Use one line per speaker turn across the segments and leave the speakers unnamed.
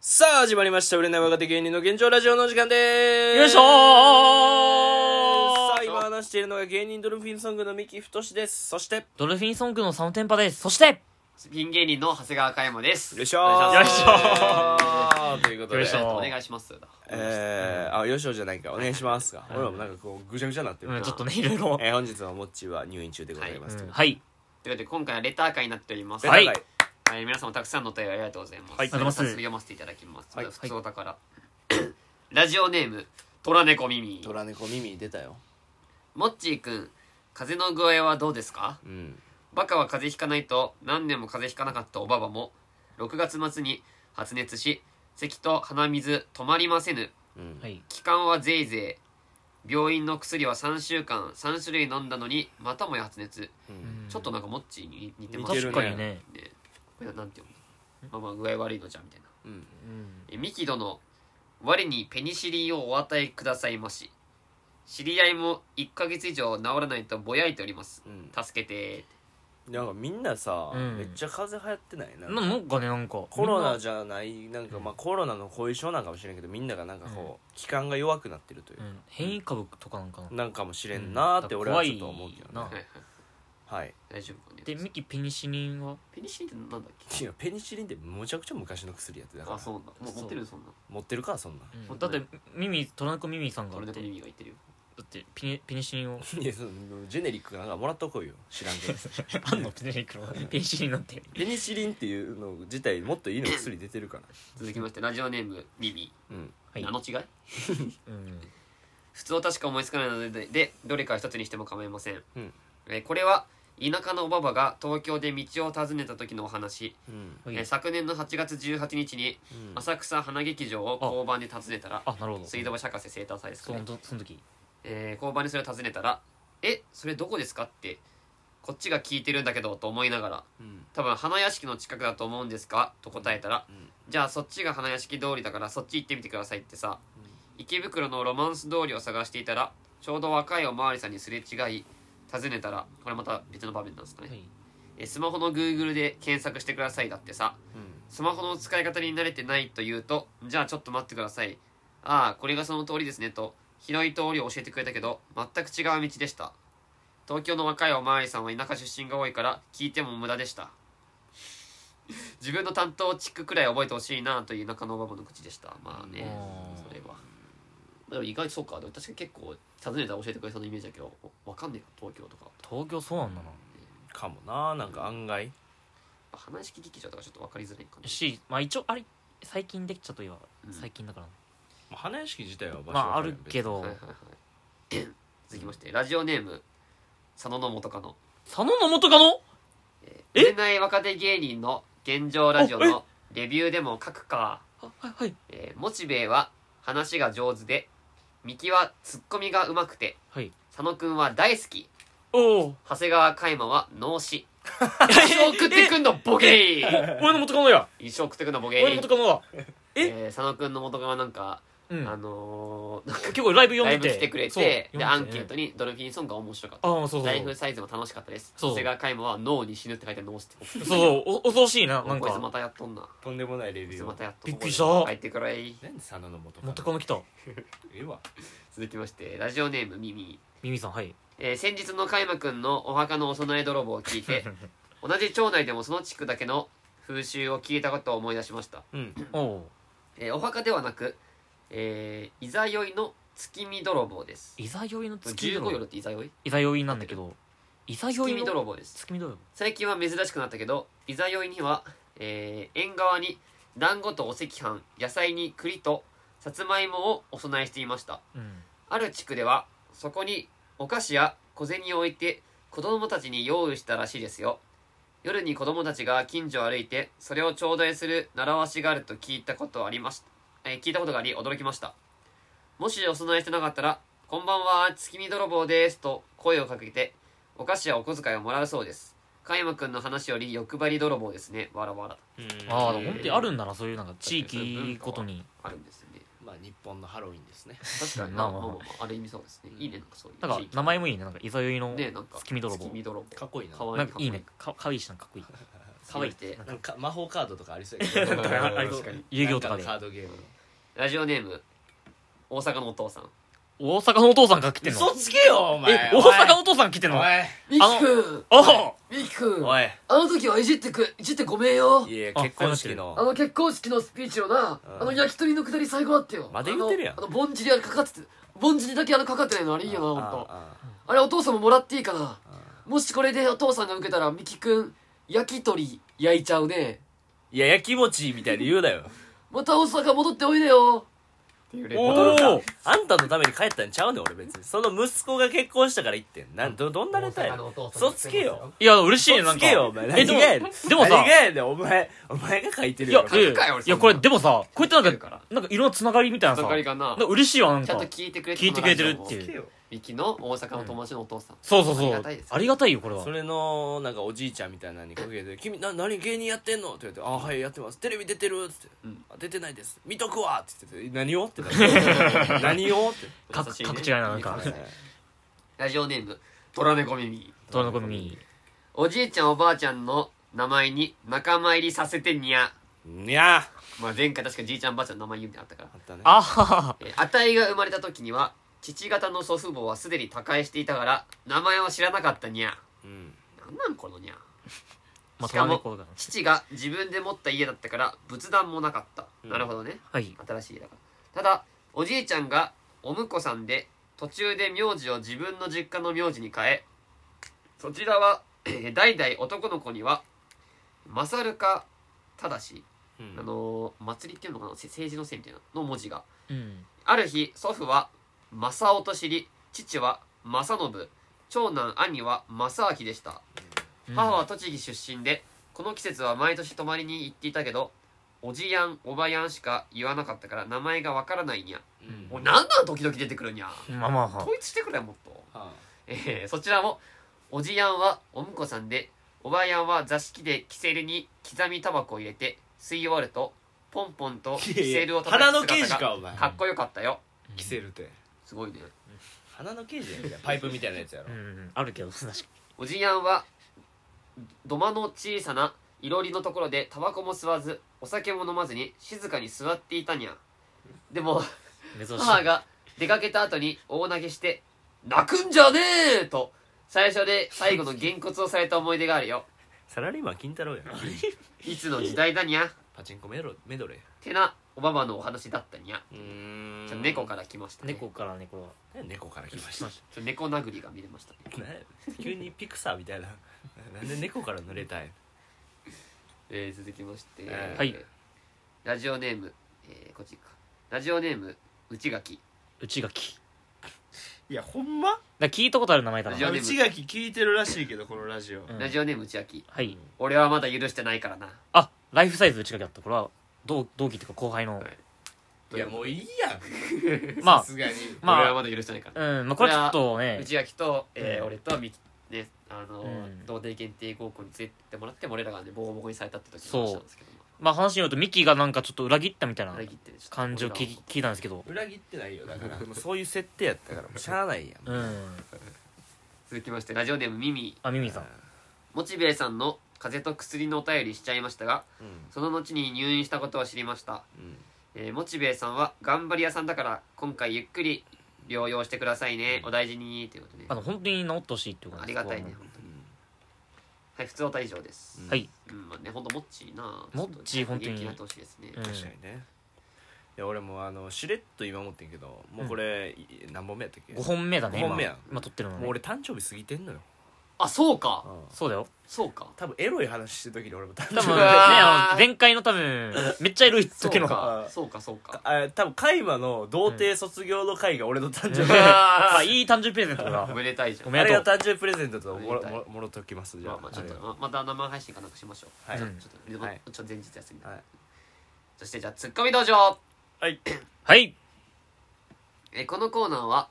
さあ、始まりました。売れない若手芸人の現状ラジオのお時間でーす。
よいしょ
さ
ー
あ、今話しているのが芸人ドルフィンソングの三木太志です。そして、
ドルフィンソングのサムテンパです。そして、
ピン芸人の長谷川嘉山です。
よいしょ
お
ー
願いしま
ということで、
よいし
す
ょー
お願いします。
えー、あ、よいしょじゃないか、お願いしますか。俺らもなんかこう、ぐちゃぐちゃになってる
う、
なん
ちょっとね、いろいろ。
えー、本日はもっちは入院中でございますけど。
はい。
ということで今回はレター会になっております。
はい
はい
はい皆様たくさんのお便りありがとうございます。
はい
それでは早速読ませていただきます。
はい
普通お宝。 ラジオネーム虎猫耳。
虎猫耳出たよ。
モッチーくん風邪の具合はどうですか？
うん。
バカは風邪ひかないと何年も風邪ひかなかったおばばも6月末に発熱し咳と鼻水止まりませぬ。
うん。
はい。
期間はぜいぜい病院の薬は3週間3種類飲んだのにまたもや発熱、
うん
ちょっとなんかモッチーに似てます
似て
確
る
かにね。
ねこれなんて読むのまあまあ具合悪いのじゃみたいな
うん。
うん
えミキ殿我にペニシリンをお与えくださいまし知り合いも1ヶ月以上治らないとぼやいております
うん
助けて
なんかみんなさ、
うん
めっちゃ風邪流行ってないな
ななんかね、なんか。
コロナ
じ
じゃないなんかまあコロナの後遺症なんかもしれんけどみんながなんかこう気管が弱くなってるという
ゃ
か、
ん。変異株とかなんかな。
なんかもしれんなーって俺はちょっと思うけど
うん
な
怖い
はい
はい
大丈夫かね
で、ミキペニシリンは
ペニシリンってなんだっけ
いやペニシリンってむちゃくちゃ昔の薬やってだか
あ
ら
そうなんだもう持ってるそんな
持ってるかそんな
うんだって、ミミ、トラネコミミさんが
そ
だ
れ
って、
でペ
だ
ニミが言ってるよ
ってペニペニシリンを。
ん いやそのジェネリックなんかもらっとこうよ知らんけど
あんのペニシリン ペニシリンなんて。
ペニシリンっていうの自体もっといいの薬出てるから
続きましてラジオネームミミ
うん
はい。
名の違い
うん。
普通は確か思いつかないのでででどれか一つにしても構いません、
うん
えーこれは田舎のおばばが東京で道を訪ねた時のお話、
うん
はい
えー昨年の8月18日に
うん
浅草花劇場を交番で訪ねたら
あ、なるほど。
水道橋博士生誕祭です
そ
かね
のとその時。
えー交番にそれを訪ねたら「えそれどこですか?」ってこっちが聞いてるんだけどと思いながら
うん
多分花屋敷の近くだと思うんですかと答えたら、
うん
じゃあそっちが花屋敷通りだからそっち行ってみてくださいってさ、池袋のロマンス通りを探していたらちょうど若いおまわりさんにすれ違い訪ねたらこれまた別の場面なんですか
は
ね、
い。
えスマホの Google で検索してくださいだってさ
うん
スマホの使い方に慣れてないと言うとじゃあちょっと待ってくださいああこれがその通りですねと広い通りを教えてくれたけど全く違う道でした東京の若いおまわりさんは田舎出身が多いから聞いても無駄でした自分の担当地区くらい覚えてほしいなという田舎のおばばの口でしたまあね
あー
それはでも意外とそうかでも確かに結構訪ねたら教えてくれそうなイメージだけどわかんねえよ東京とか
東京そうなんだな。
かもななんか案外
花式劇場とかちょっとわかりづらいかな
し、まあ一応、あれ、最近できちゃといえば、
うん
最近だから。
まあ花屋敷自体は場所
まあ、あ
わか
る
やん別
け
に
ど
はいは。いはい続きましてラジオネーム佐野の元カノ
佐野の元カノえ
売れない若手芸人の現状ラジオのレビューでも書くか、
あはいはい
えーモチベは話が上手でミキはツッコミがうまくて
はい
佐野くんは大好き
お お
長谷川嘉山は脳死一生食ってくんのボケー
俺の元カノや
一生食ってくんのボケ
俺の
ー
元カノだえ
えー佐野くんの元カノはなんか、
うん
あのー
結構ライブ
ラ
読
イ
ん
ブ
でて
来てくれ
そう
てでア
読ん
ン
でて
ケートにドルフィンソングが面白かった
ああそうそう
ライフサイズも楽しかったです
そう
長谷川嘉山は脳に死ぬって書いてある脳死って
そうそうお恐ろしいななん
こいつま
か
たやっとんな
とんでもないレ
こ
ビ
いつ
ュー
ま
を
たやっとん
びっくりした
入ってくれい
何佐野の元
元
カ
カ
ノ
ノ来た
ええわ
続きましてラジオネームミミ、
ミミさんはい
えー先日の嘉山くんのお墓のお供え泥棒を聞 いて同じ町内でもその地区だけの風習を聞いたことを思い出しました、
うん
おお
えーお墓ではなく、えー、いざ酔いの月見泥棒です
いざ酔いの月見
15
泥
夜
棒
っていざ酔い
いざ酔いなんだけどいざ酔
月
い
見
の
泥棒です
月見泥棒
最近は珍しくなったけどいざ酔いには、えー縁側に団子とお赤飯野菜に栗とさつまいもをお供えしていました
うん
ある地区ではそこにお菓子や小銭を置いて子供たちに用意したらしいですよ夜に子供たちが近所を歩いてそれを頂戴する習わしがあると聞いたことありました、えー聞いたことがあり驚きましたもしお供えしてなかったら「こんばんは月見泥棒です」と声をかけてお菓子やお小遣いをもらうそうです加山くんの話より欲張り泥棒ですねわらわら
ああ
ー
でも本当にあるんだなそういうなんか地域ごとに
あるんですよね
まあ日本のハロウィン ですね
確かに
ま
な
あ
ま
まあ
あま
ま
あ
あ
まあある意味そうですねいいねなんかそういう
なんか
地域
名前もいいねなんかいざ酔いの
ねなんか
月見泥棒
月見泥棒
かっこいいな
かわ
ないん
い
かいいねかかわいいしなんかかっこいい可愛い
て
なんか魔法カードとかありそうや けど
確かに
ありそう遊戯王とかで
なんカードゲーム
ラジオネーム大阪のお父さん
大阪のお父さんが来てんの
嘘つけよお前
え大阪のお父さんが来てんの
お
ミ
あの
キ君
おお
ミキ君
い
あの時はいじってくいじってごめんよ
おいいや
あ
結婚式の
あの結婚式のスピーチのな、
うん
あの焼き鳥のくだり最後あってよ
まだ言ってるやん
あのあの盆地にあれかかってて盆地にだけあれかかってないのあれいいよな
あ
ほんと
ああ
あれお父さんももらっていいかな
あ
もしこれでお父さんが受けたらミキ君焼き鳥焼いちゃうね
いや焼き餅みたいに言うな よ
また大阪戻っておいでよっていうレ
お
ター
ー
あんたのために帰ったんちゃうねん俺別にその息子が結婚したから行ってんなんどどんなネタやねん嘘つけよ
いや嬉しいねな
嘘
ん
つ
か
けよお前
え
何が
でも
やねん
でも
何
さ
がやねんお前お前が書いて
い
る
や
やろ
書くかよ
いやい
俺そんな
やこれでもさこういったな
書
ん
くから
かなんかいろんなつながりみたいな
つ
さ
ながりがな
なんか嬉しいわなん
ちゃん
か
と聞いてくれ
聞いてくれてるって
う
いう
ミキの大阪の友達のお父さん、
そうそう
あ
そ
りが
う
たいですよ
ありがたいよこれは
それのなんかおじいちゃんみたいなのにかけて「君な何芸人やってんの?」って言われて「あはいやってますテレビ出てる」っつって
うん
「あ出てないです見とくわ」って言ってて「何を?」ってなって 何を?」って
か
優しいね
各地がなんか
いい感じラジオネーム虎猫耳
ドラの子耳
おじいちゃんおばあちゃんの名前に仲間入りさせてにゃ
にゃあ
まあ前回確かじいちゃんばあちゃんの名前言うんであったから
あったね
あはは
えーあたいが生まれた時には父方の祖父母はすでに他界していたから名前を知らなかったにゃ
うん
なんなんこのにゃ
まあ
しか
虎
も
の子だから
父が自分で持った家だったから仏壇もなかった、
うん
なるほどね
はい
新しい家だからただおじいちゃんがお婿さんで途中で名字を自分の実家の名字に変えそちらは代々男の子には勝るか正し、
うん
あのー祭りっていうのかなせ政治のせみたいなの文字が
うん
ある日祖父は正雄と知り父は正信長男兄は正明でした、
うん
母は栃木出身でこの季節は毎年泊まりに行っていたけどおじやんおばやんしか言わなかったから名前がわからないにゃ
うん
もうなんなん時々出てくるにゃ
まあまあまあ
統一してくれもっと、
は
えーそちらもおじやんはお婿さんでおばやんは座敷でキセルに刻みタバコを入れて吸い終わるとポンポンと
あ
キセルを叩く
花の刑
姿
事
が
かお前
かっこよかったよ
着せるって
すごいね
花の刑事やみたいなパイプみたいなやつやろ
うんうんあるけど確かに
おじやんは土間の小さないろりのところでタバコも吸わずお酒も飲まずに静かに座っていたにゃでも
珍しい
母が出かけた後に大泣きして「泣くんじゃねえ!」と最初で最後のげんこつをされた思い出があるよ
サラリーマン金太郎やん
いつの時代だにゃ
パチンコメロメドレ
てなおばばのお話だったにゃ
ーうーん
ちょ猫から来ました、ね、
猫からねこれは
猫から来ました
ちょ猫殴りが見れましたね
なんや急にピクサーみたいななんで猫から濡れたい
えー続きまして、
え
ーはい
ラジオネーム、えーこっちかラジオネーム内垣
内垣
いやほんま
だから聞いたことある名前だな
ラジオネーム
内垣聞いてるらしいけどこのラジオ
うん
ラジオネーム内秋
はい
俺はまだ許してないからな
あライフサイズ内垣だったこれは同同期っていうか後輩 の
はい
いやもういいやん
ま
さすがに
まあ
俺はまだ許してないから、
あうんまあこれはちょっとね
内秋と、えー
うん
俺とみねあのー
うん
同定限定合コンに連れてってもらっても俺らがねボコボコにされたって時の話なんですけども
まあ話によるとミキがなんかちょっと裏切ったみたいな
裏切ってちょっと
感じを聞
俺
き
ら
聞いたんですけど
裏切ってないよだからもうそういう設定やったからもうしゃあないやん
うん
続きましてラジオネームミミ
あミミさん
モチベイさんの風邪と薬のお便りしちゃいましたが
うん
その後に入院したことを知りました、
うん
えーモチベイさんは頑張り屋さんだから今回ゆっくり療養してくださいねお大事にということで
あの本当に治ってほしいっていうか
ありがたいね本当にはい普通おた以上です、
うん
はい
うんまあね本当モッチーな
モッチー本当に
元気になってほしいですね、
うん
確かにねいや俺もあのしれっと今思ってんけどもうこれい何本目やったっけ
5本目だね
五本目や
今今撮ってるの
もう
ね
俺誕生日過ぎてんのよ
あそうか
そうだよ
そうか
多分エロい話してる時に俺も誕生
多
日
分
う
ね
わー
あの前回の多分めっちゃエロい時の
そうか
あ
そうかそうか
あ多分海馬の童貞卒業の会が俺の誕生
う
日
ん
う わ
あ
ー
いい誕生日プレゼントだ
お
な
めでたいじゃん
お
ま
め
あ
で
れ
と
が
う
誕生日プレゼントともろ
おめでたい
ももろときますじゃあ
あまあちょっと
あれを
ままた生配信かなんかしましょう
はい
うん
ちょっと、
はい
ちょっと前日休みで、
はい
そしてじゃあツッコミ道場、
はい
はい
えーこのコーナーは、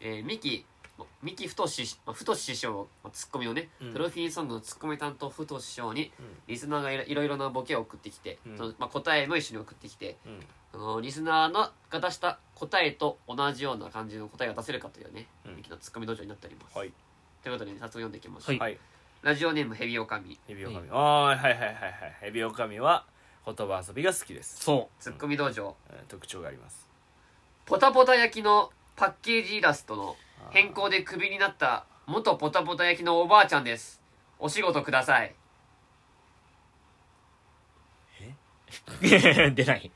えー、ミキま三木太志まあ太志師匠、まあ、ツッコミをね、
うん
トロフィーソングのツッコミ担当太志師匠に、
うん
リスナーがいろいろいろなボケを送ってきて、
うん
そのまあ、答えも一緒に送ってきて、
うん
あのリスナーのが出した答えと同じような感じの答えが出せるかというね、
うん
ミキのツッコミ道場になっております、
はい
ということで、早速読んでいきましょ
は
う、
い
はい
ラジオネームヘビオカミ
ヘビオカミ、あーはいはいはいはいはいヘビオカミは言葉遊びが好きです、
そ
ツッコミ道場
うん特徴があります
ポタポタ焼きのパッケージイラストの変更でクビになった元ポタポタ焼きのおばあちゃんですお仕事ください う
出ない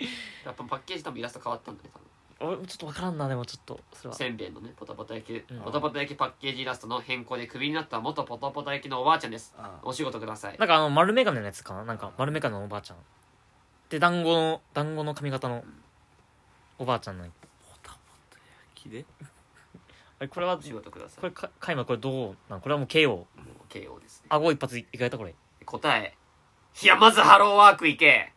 やっぱパッケージ多分イラスト変わったんだね多分
俺ちょっと分からんなでもちょっとそれは
せんべいのねポタポタ焼き、
うん
ポタポタ焼きパッケージイラストの変更でクビになった元ポタポタ焼きのおばあちゃんです
あー
お仕事ください
なんかあの丸眼鏡のやつかななんか丸眼鏡のおばあちゃんで団子の団子の髪型のおばあちゃんのあ
木で
れこれは
お仕事くださ
こ
い
れか開幕これどうなんこれはもう KO
もう KO ですね
顎一発いかれたこれ
答えいやまずハローワーク行け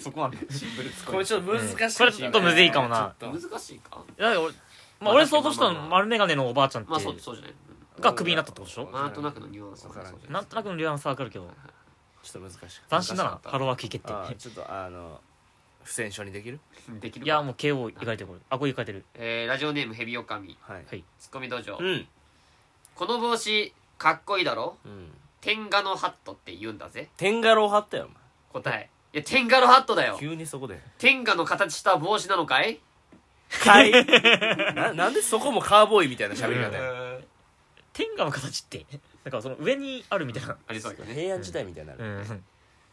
そこまで
シンプルツッ
これちょっと難しい、
これちょっとむずいかもな
ちょっと
難しいか
だから俺,、
ま
ま
あ
あ、俺想像した
まあま
の
あまあ
丸眼鏡のおばあちゃんって、
まあそうそうじゃない、う
がクビになったってことでしょ
ん、なんとなくのニュアンスは
わからんけど
なんとなくの量は分かるけど
ちょっと難しい
斬新だ
難
な
しかった
ハローワークいけって
あーちょっとあの不戦勝にできる
できる
い
か
やもう KO いかれてるこれ顎いかれてる
えーラジオネームヘビオカミ
はい、
はい
ツッコミ道場
うん
この帽子かっこいいだろ
うん
天ガのハットって言うんだぜ
天下郎貼ったよ
答えいや天ガのハットだ
お
よ
前急にそこで
天ガの形した帽子なのかい
かい ななんでそこもカーボーイみたいな喋り方や
天下の形ってなんかその上にあるみたいな
ありそうだね
平安時代みたいにな
う
る
ん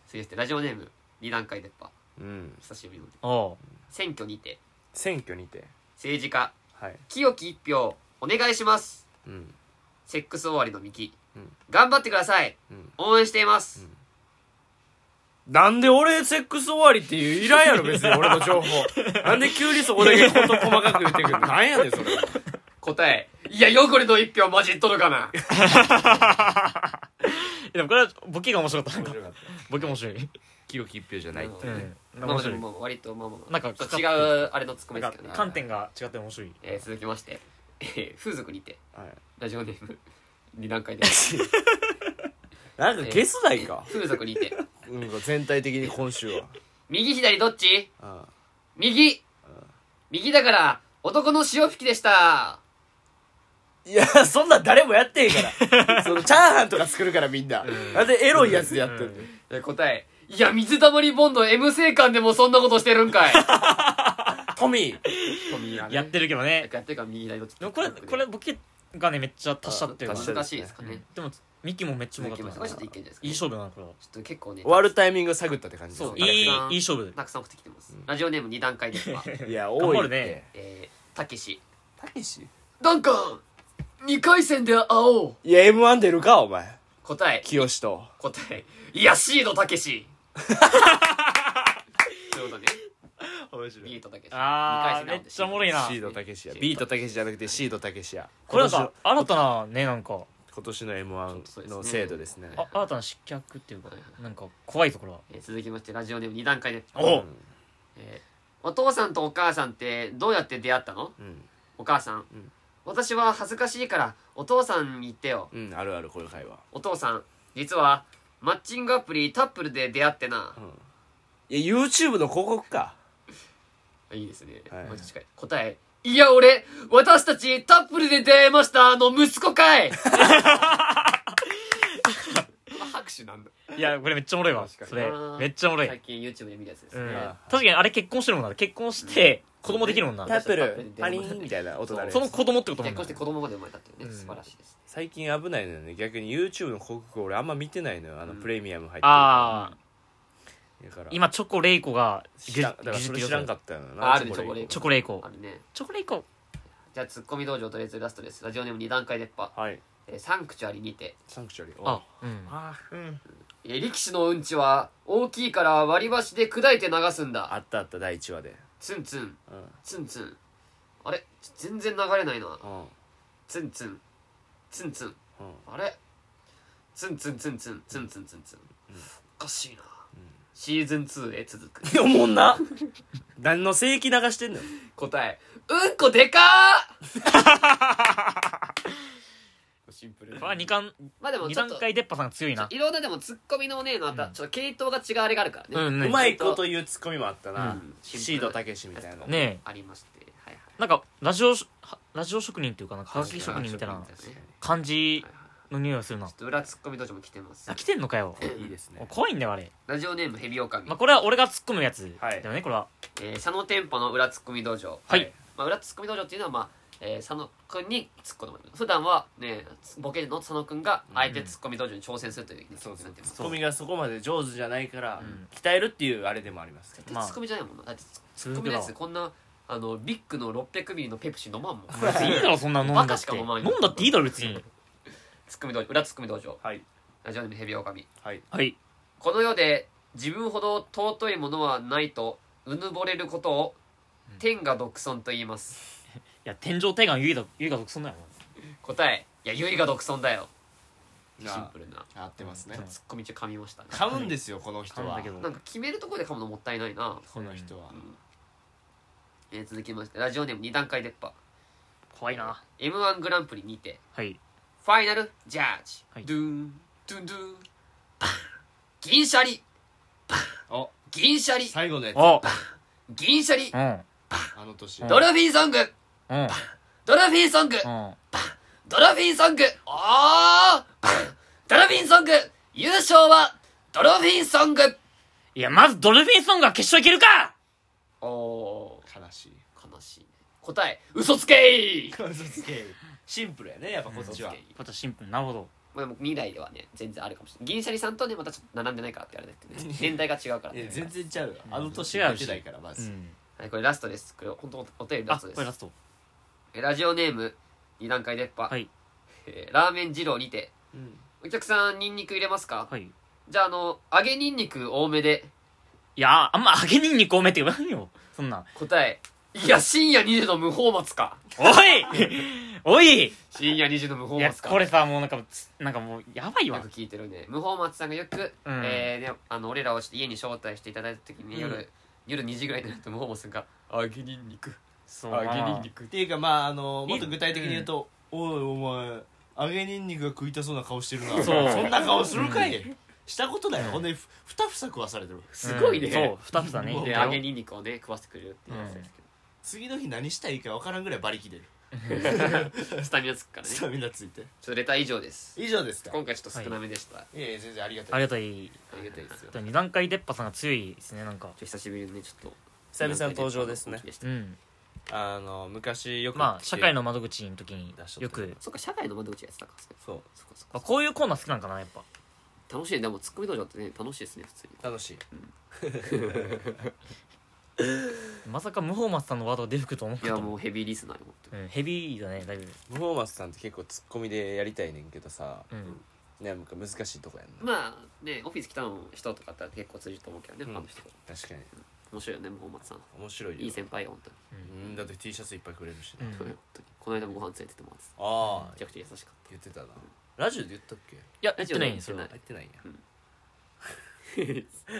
そしてラジオネーム二段階出っ歯
うん、
久しぶりの
おう
選挙にて
選挙にて
政治家
はい
清き一票お願いします
うん
セックス終わりのミキ、
うん
頑張ってください
うん
応援しています、
うんなんで俺セックス終わりっていういらんやろ別に俺の 情報なんで急にそこだけこと細かく言ってくるのなんやねんそれ
答えいやよこれの一票混じっとるかな
でもこれはボケが面白かったなんか
かった
ボケ面白い
清き一票じゃないって
う
ね、
ん
まあま
面
あで
白い
もまあ割とまあまあ
なんか
ちょっ
かか
と違うあれのツッコミ
な
で
んか
すけどね
観点が違って面白い
えー続きまして、 えー風俗にて
はい
ラジオネーム二段階で
なんかゲスないか、
風俗にて
うん、全体的に今週は
右左どっち
あ
右右だから男の潮吹きでした
あいやそんなん誰もやってへんから そのチャーハンとか作るからみんな、なんでエロいやつやってんの、
うん
えー答えいや水溜りボンド M 星間でもそんなことしてる んかい
トミー
トミーがね
やってるけど
なん
ね
かやってるから右左どっち
でもこれこれボケがねめっちゃ足したっていうか
足した
難しいですかね
でもミキもめっちゃ
続
良
き
か
ま
っ
して
たなちょっ
これちょっと
と
い
い
いん
い
じゃないですかね
勝負だなこれは
ちょっと結構ね
終わるタイミング探ったって感じ
そう
いいいい勝負
たくさん送ってきてますラジオネーム二段階ですが
いや
頑
多
張
いっ
る
て
ね
えーたけし
たけし
ダンカン2回戦で会おう
いや m 1出るかお前
答え
清と
答えいやシードたけしということで
面白
ビートたけし
あーめっちゃおもろいな
シードたけしやビートたけしじゃなくてシードたけしや
これなんか新たなねなんか
今年の m 1の制度ですね
あ新たな失脚っていうかなんか怖いところは
えー続きましてラジオネーム2段階で
お
うん
えーお父さんとお母さんってどうやって出会ったの
うん
お母さん、
うん
私は恥ずかしいからお父さんに言ってよ
うんあるあるこういう会話
お父さん実はマッチングアプリタップルで出会ってな、
いや YouTube の広告か
いいですね、
はい
もう近い答えいや俺私たちタップルで出会いましたの息子かい拍手なんだ
いやこれめっちゃおもろいわ
確かに
それめっちゃおもろい
最近 YouTube で見るやつです
う
ね、
ん
あー
確かにあれ結婚してるもんな結婚して子供できるもんな
タップ
タップ
ル
ル
パリーンみたいな音なるやつ
その子供ってことも
結婚して子供まで生まれたっていうね、
うん
素晴らしいです
最近危ないのよね逆に YouTube の広告俺あんま見てないのよあの
うん
プレミアム入ってるから
ああ
だから
今チョコレイコが
知らんだからそれ知らんか
っ
ったのよ
あ
な
あるね
レイ
チョコレイコ
あるね
チョコレイコ
じゃあツッコミ道場とりあえずラストですラジオネーム2段階出っ歯、
はい
えーサンクチュアリにて、
サンクチュアリお
あうん
あうん
えー力士のうんちは大きいから割り箸で砕いて流すん
あ
だ
ったあった第1話で
ツンツン
うん
ツンツンあれちょ全然流れないな
うん
ツンツンツンツン
うん
あれツンツンツンツンツンツンツンツン
うん
おかしいな、シーズン2へ続く
いやおもんな 何の正規流してんのよ
答えうんこでかー シンプル
これは二巻
まあでも
二
ちょっ
段
と
階出っ歯さんが強いな
ちょいろんなでもツッコミのねまたちょっと系統が違うあれがあるからね、
うん
う
ね
まいこと言うツッコミもあった
う
なんシードたけしみたいな
ね
ありましてはいはい
なんかラジオしラジオ職人っていうかなんかハガキ職人みたいな
確かに
感じの匂いがするな
ちょっと裏ツッコミどっちも来てます
あ来てんのかよ
いいですね
怖いんだよあれ、
ラジオネームヘビオカミ、
まあ、これは俺が突っ込むやつ
はい
だよねこれは
えー佐野店舗の裏ツッコミ道場、
はい、
まあ、裏ツッコミ道場っていうのは、まあえー佐野くんにツッコんでもらう普段はねボケの佐野くんがあえてツッコミ道場に挑戦するという、ね
そうですね
企画になってま
ツ
す
ッコミがそこまで上手じゃないから、
うん
鍛えるっていうあれでもありますけど
絶対
まあ
ツッコミじゃないもんなだってツッ
続
コ
け
ミのや
ば
つこんなあのビッグの600ミリのペプシ飲まんもん
別にいいだろそんなの飲んだ
バカ
っ
してか飲まない
飲んだっていいだろ別に
ツッコミ道場裏ツッコミ道場
はい
ラジオネームヘビオオカミ
はい
はい
この世で自分ほど尊いものはないとうぬぼれることを天が独尊と言います
いや天井天眼ゆいだゆいが独尊だよ
答えいやゆいが独尊だよシン
な
プルな
合ってますね
うん
ツッコミ中噛みましたね
買うんですよこの人
買うん
は
だけど
なんか決めるところで噛むのもったいないな、
この人は
えー続きましてラジオネーム二段階出っ歯
怖いな
m 1グランプリにて
はい
ファイナルジャッジ、
はい
ドゥーンドゥンドゥーンパン銀シャリ
お
銀シャリ
最後のやつ
あ
銀シャリ
うん
あの年
うん
ドルフィンソング
うん
ドルフィンソング
うん
ドルフィンソングおーパンドルフィンソング優勝はドルフィンソング
いやまずドルフィンソングが決勝いけるか
お
悲しい
ー悲しいね答え嘘つけー
嘘つけシンプルやねやっぱこっちは、
またシンプルなるほど
まあ、でも未来ではね全然あるかもしれない銀シャリさんとねまたちょっと並んでないからって言われ てね年代が違うから、
いや
ね、
全然ちゃうよあの年
違
は
うし
出てないからま
う
ず、
ん
はいこれラストですこれ本当お便りラ
あ
スト
こ
です
れラスト
えラジオネーム二段階出っ歯、
はい
えーラーメン二郎にて
うん
お客さんニンニク入れますか、
はい
じゃああの揚げニンニク多めで
いやあんま揚げにんにく多めって言わんよそんなん
答えいや深夜2時の無法末か
おいおいい
深夜2時の無法
や
末か
これさもうなんかつなんかもうやばい
よ
わ
く聞いてるね無法松さんがよく、
うん
えーね、あの俺らを家に招待していただいた時に夜、
うん
夜2時ぐらいになると無法松さんが「揚げニンニク
そう
揚げニ
ま
ン
あ
ニク」
っていうかまああのもっと具体的に言うと「おいお前揚げにんにくが食いたそうな顔してるな」
そうん
な顔するかい、したことないよほんでふふたふさ食わされてる
すごいね、
うんそう二つだね
うん
で揚げニンニクをね食わせてくれるっていうやつですけ
次の日何したらいいか分からんぐらい馬力出る
ど、 スタミナつくからね
ス
ちょ
タミナついて
っとレター以上です
以上ですか
今回ちょっと少なめでした、
いやいや全然ありが
あ
たい
りがたい
ありがたいですよちょ
二段階出っ歯さんが強いですねなんか
っと久しぶりにねちょっと
久々の登場ですね
うん
あの昔よく
まあ
来て
社会の窓口の時に
出しと
よ
ったけど
く、
そっか社会の窓口やってたかそ
そう
っかそっ
まあ、
か
こういうコーナー好きなんかなやっぱ
楽しいでもツッコミ道場ってね楽しいですね普通に
楽しい
まさか無法松さんのワードが出てくると思う
い
か
や
と
も
思
うヘビーリスナーに思って
う、うん、ヘビーだねだいぶ
ムフォーマスさんって結構ツッコミでやりたいねんけどさ、
うん
ねなんか難しいとこやんな
まあねオフィス来たの人とかだったら結構通じると思うけどね、ファンの人
確かに
面白いよね本松さん
面白いよ
いい先輩よ本当に、
うんだって T シャツいっぱいくれるし
う
ね、
ん
そうよ本当にこの間もご飯連れてってもらってた
あ
め
あ
ちゃくちゃ優しかっ
言ってたなラジオで言ったっけ
いや言ってないんです
言
よ
って
入ってないんや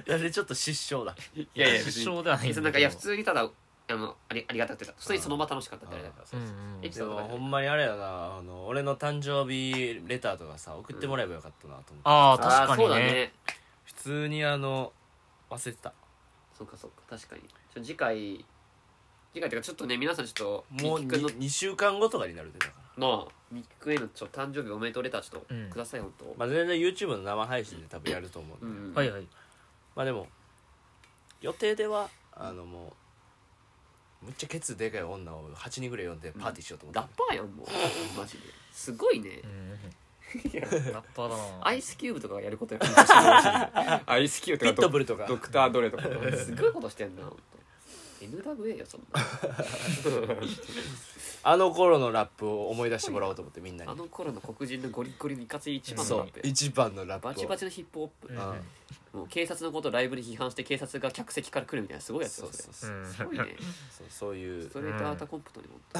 あれちょっと失笑だ
たいやいや別
失
に
笑ではない
別になんかいや普通にただあのありありがたくてた普通にその場楽しかったってあれだから
うんうん
エピ
で
ソード
も
とか
ほんまにあれやなあの俺の誕生日レターとかさ送ってもらえばよかったなと思って、
あ
あ
あ
あ
確か
そう
に
だ
ね
ね
普通にあの忘れてた
そうかそうか確かにちょ次回次回っていうかちょっとね皆さんちょっと
もう
みきくんの
2, 週間後とかになるでだから
のみきくんへのちょっと誕生日おめでとうレターちょっと
うん
ください、本当
まあ全然 YouTube の生配信で多分やると思う、
うんうん
はいはい
まあでも予定ではあのもうむっちゃケツでかい女を8人ぐらい呼んでパーティーしようと思って
ラッ
る、
パーやんもう マジですごいね
うんラッパーだな
アイスキューブとかがやることやから アイスキューブ
ピットブルとか
クター・ドレとかすごいことしてんな本当 NWA よそん
あの頃のラップを思い出してもらおうと思ってみんな
なあ
に
の頃の黒人のゴリゴリのいかつい一番の
そ
ラ
う
ップ
一番のラップを
バチバチのヒップホップ
う、ん
うん
もう警察のことをライブに批判して警察が客席から来るみたいなすごいやつ
そ
よ
うそ
それ
う
う
そうん
すごいね
そうそういう
ストレートアータコンプトに本当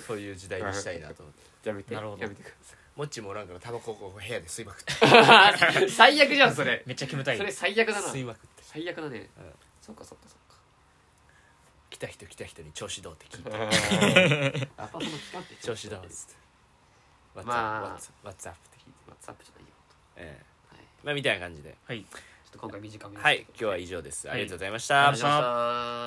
そういう時代にしたいなと思って
やめて
なるほど
やめてく
もっちもおらんからタバコをこう部屋で吸いまくって
ださい最悪じゃんそれ
めっちゃ煙たい
それ最悪だな
吸いまくって
最悪だね、
うん
そっかそっかそっ か
来た人来た人に調子どうって聞いて
あその期間って
調子どうっつって「What's
まあ
up?」What's up? What's up? って聞いて、
ワッツアップじゃないよ、
ええ
はい、ち
まあみたいな感じで
はい
ょっと今回短めに
はい今日は以上ですありがとうございました、
は
ありがとうございました